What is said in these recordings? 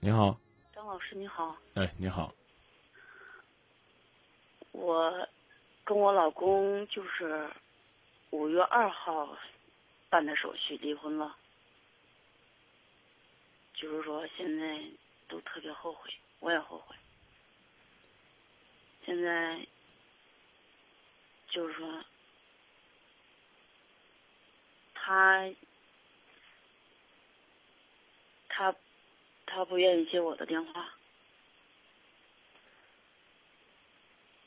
你好，张老师你好，哎，你好，我跟我老公就是五月二号办的手续离婚了，就是说现在都特别后悔，我也后悔。现在就是说他他他不愿意接我的电话。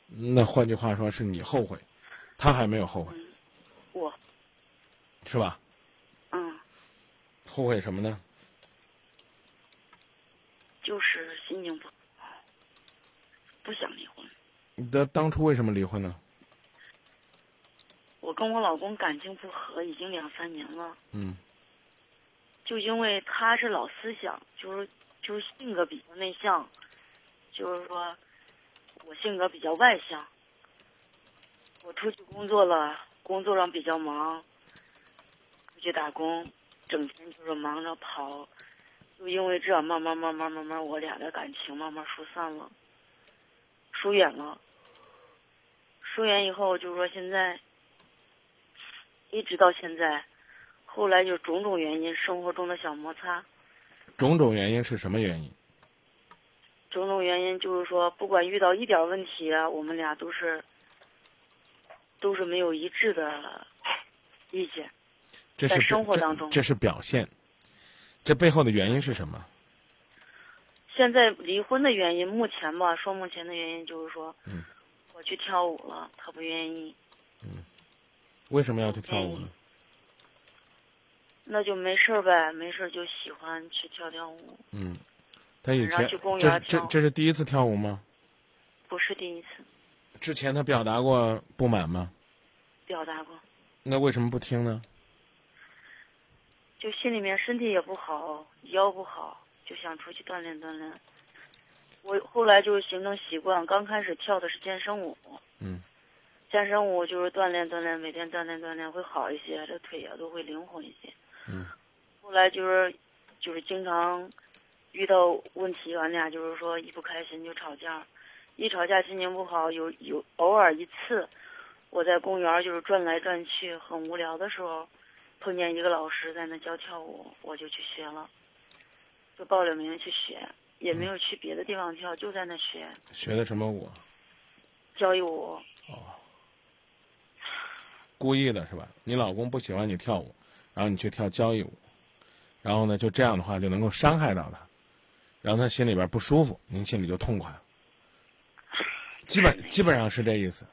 那换句话说是你后悔，他还没有后悔，我，是吧？嗯，后悔什么呢？就是心情不好，不想离婚。你的当初为什么离婚呢？我跟我老公感情不和已经两三年了，嗯就因为他是老思想，就是就是性格比较内向，就是说我性格比较外向。我出去工作了，工作上比较忙，出去打工，整天就是忙着跑，就因为这慢慢慢慢慢慢，我俩的感情慢慢疏散了，疏远了。疏远以后，就是说现在一直到现在，后来就种种原因，生活中的小摩擦，种种原因是什么原因？种种原因就是说，不管遇到一点问题啊，我们俩都是都是没有一致的意见。这是在表生活这当中这是表现，这背后的原因是什么？现在离婚的原因，目前吧，说目前的原因就是说，嗯我去跳舞了，他不愿意，为什么要去跳舞呢？那就没事儿呗，没事儿就喜欢去跳跳舞，嗯，他以晚上前去公这园是这跳这是第一次跳舞吗？不是第一次之前他表达过不满吗？表达过，那为什么不听呢？就心里面身体也不好，腰不好，就想出去锻炼锻炼。我后来就是形成习惯，刚开始跳的是健身舞，嗯，健身舞就是锻炼锻炼，每天锻炼锻炼会好一些，这腿啊都会灵活一些。嗯。后来就是，就是经常遇到问题，俺俩就是说一不开心就吵架，一吵架心情不好，有有偶尔一次，我在公园就是转来转去，很无聊的时候，碰见一个老师在那教跳舞，我就去学了，就报了名去学，也嗯没有去别的地方跳，就在那学学的什么舞？啊交谊舞。故意的是吧？你老公不喜欢你跳舞，然后你去跳交谊舞，然后呢，就这样的话就能够伤害到他，让他心里边不舒服，您心里就痛快了。基本基本上是这意思，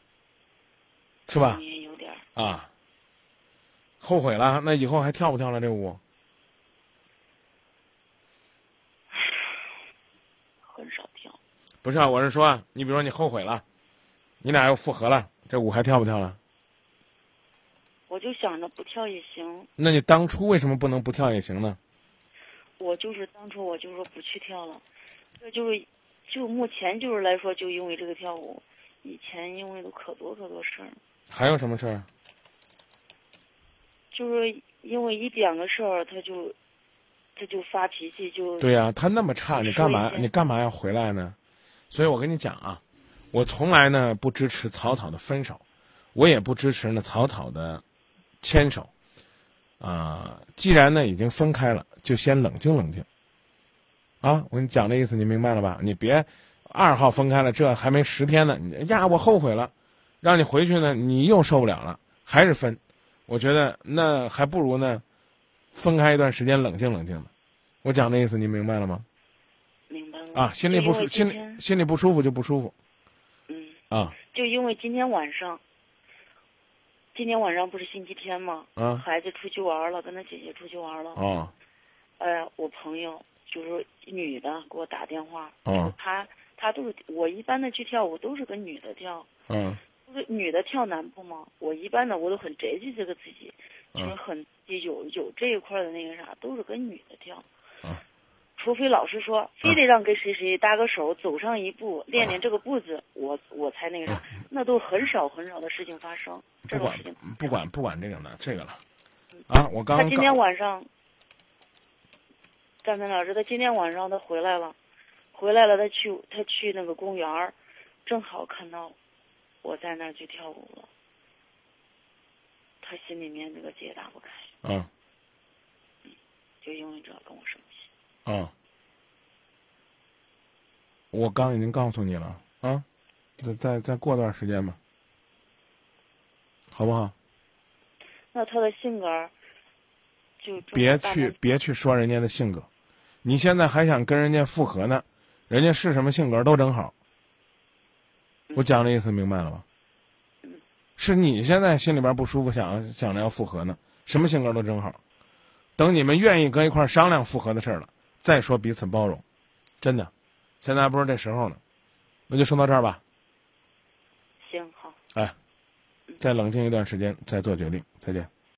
是吧？也有点儿啊，后悔了，那以后还跳不跳了这舞？很少跳。不是啊，我是说啊，你比如说你后悔了，你俩又复合了，这舞还跳不跳了？我就想着不跳也行，那你当初为什么不能不跳也行呢？我就是当初我就说不去跳了，这就是就目前就是来说，就因为这个跳舞，以前因为有可多可多事儿，还有什么事儿？就是因为一点个事儿他就他就发脾气，就对呀、他那么差，你干嘛说一些你干嘛要回来呢？所以我跟你讲啊，我从来呢不支持草草的分手，我也不支持呢草草的牵手。啊、既然呢已经分开了，就先冷静冷静。啊，我跟你讲这意思，你明白了吧？你别二号分开了，这还没十天呢，你哎呀我后悔了，让你回去呢，你又受不了了，还是分。我觉得那还不如呢，分开一段时间冷静冷静呢。我讲的意思您明白了吗？明白了啊，心里不舒，心嗯就因为今天里心里不舒服就不舒服嗯，啊就因为今天晚上，今天晚上不是星期天嘛，啊孩子出去玩儿了，跟他姐姐出去玩儿了，哦哎，我朋友就是女的给我打电话，哦她她都是我一般的去跳舞都是跟女的跳，嗯就是女的跳男步嘛。我一般的我都很珍惜这个自己，嗯就是很有有这一块的那个啥，都是跟女的跳。嗯除非老师说非得让跟谁谁搭个手，走上一步，嗯练练这个步子，我我才那个啥，那都很少很少的事情发生。这不种管事情，不管不管这个了这个了啊，我刚他刚今搞天晚上，站在那儿。是他今天晚上他回来了，回来了，他去他去那个公园儿，正好看到我在那儿去跳舞了，他心里面那个结打不开，啊就因为这跟我生气。啊！我刚已经告诉你了啊，再再再过段时间吧，好不好？那他的性格儿就这么别大去男别去说人家的性格，你现在还想跟人家复合呢，人家是什么性格都正好。嗯我讲的意思明白了吧？是你现在心里边不舒服，想想着要复合呢，什么性格都正好。等你们愿意搁一块儿商量复合的事儿了，再说彼此包容，真的，现在还不是这时候呢。那就说到这儿吧，行好。哎，再冷静一段时间再做决定，再见。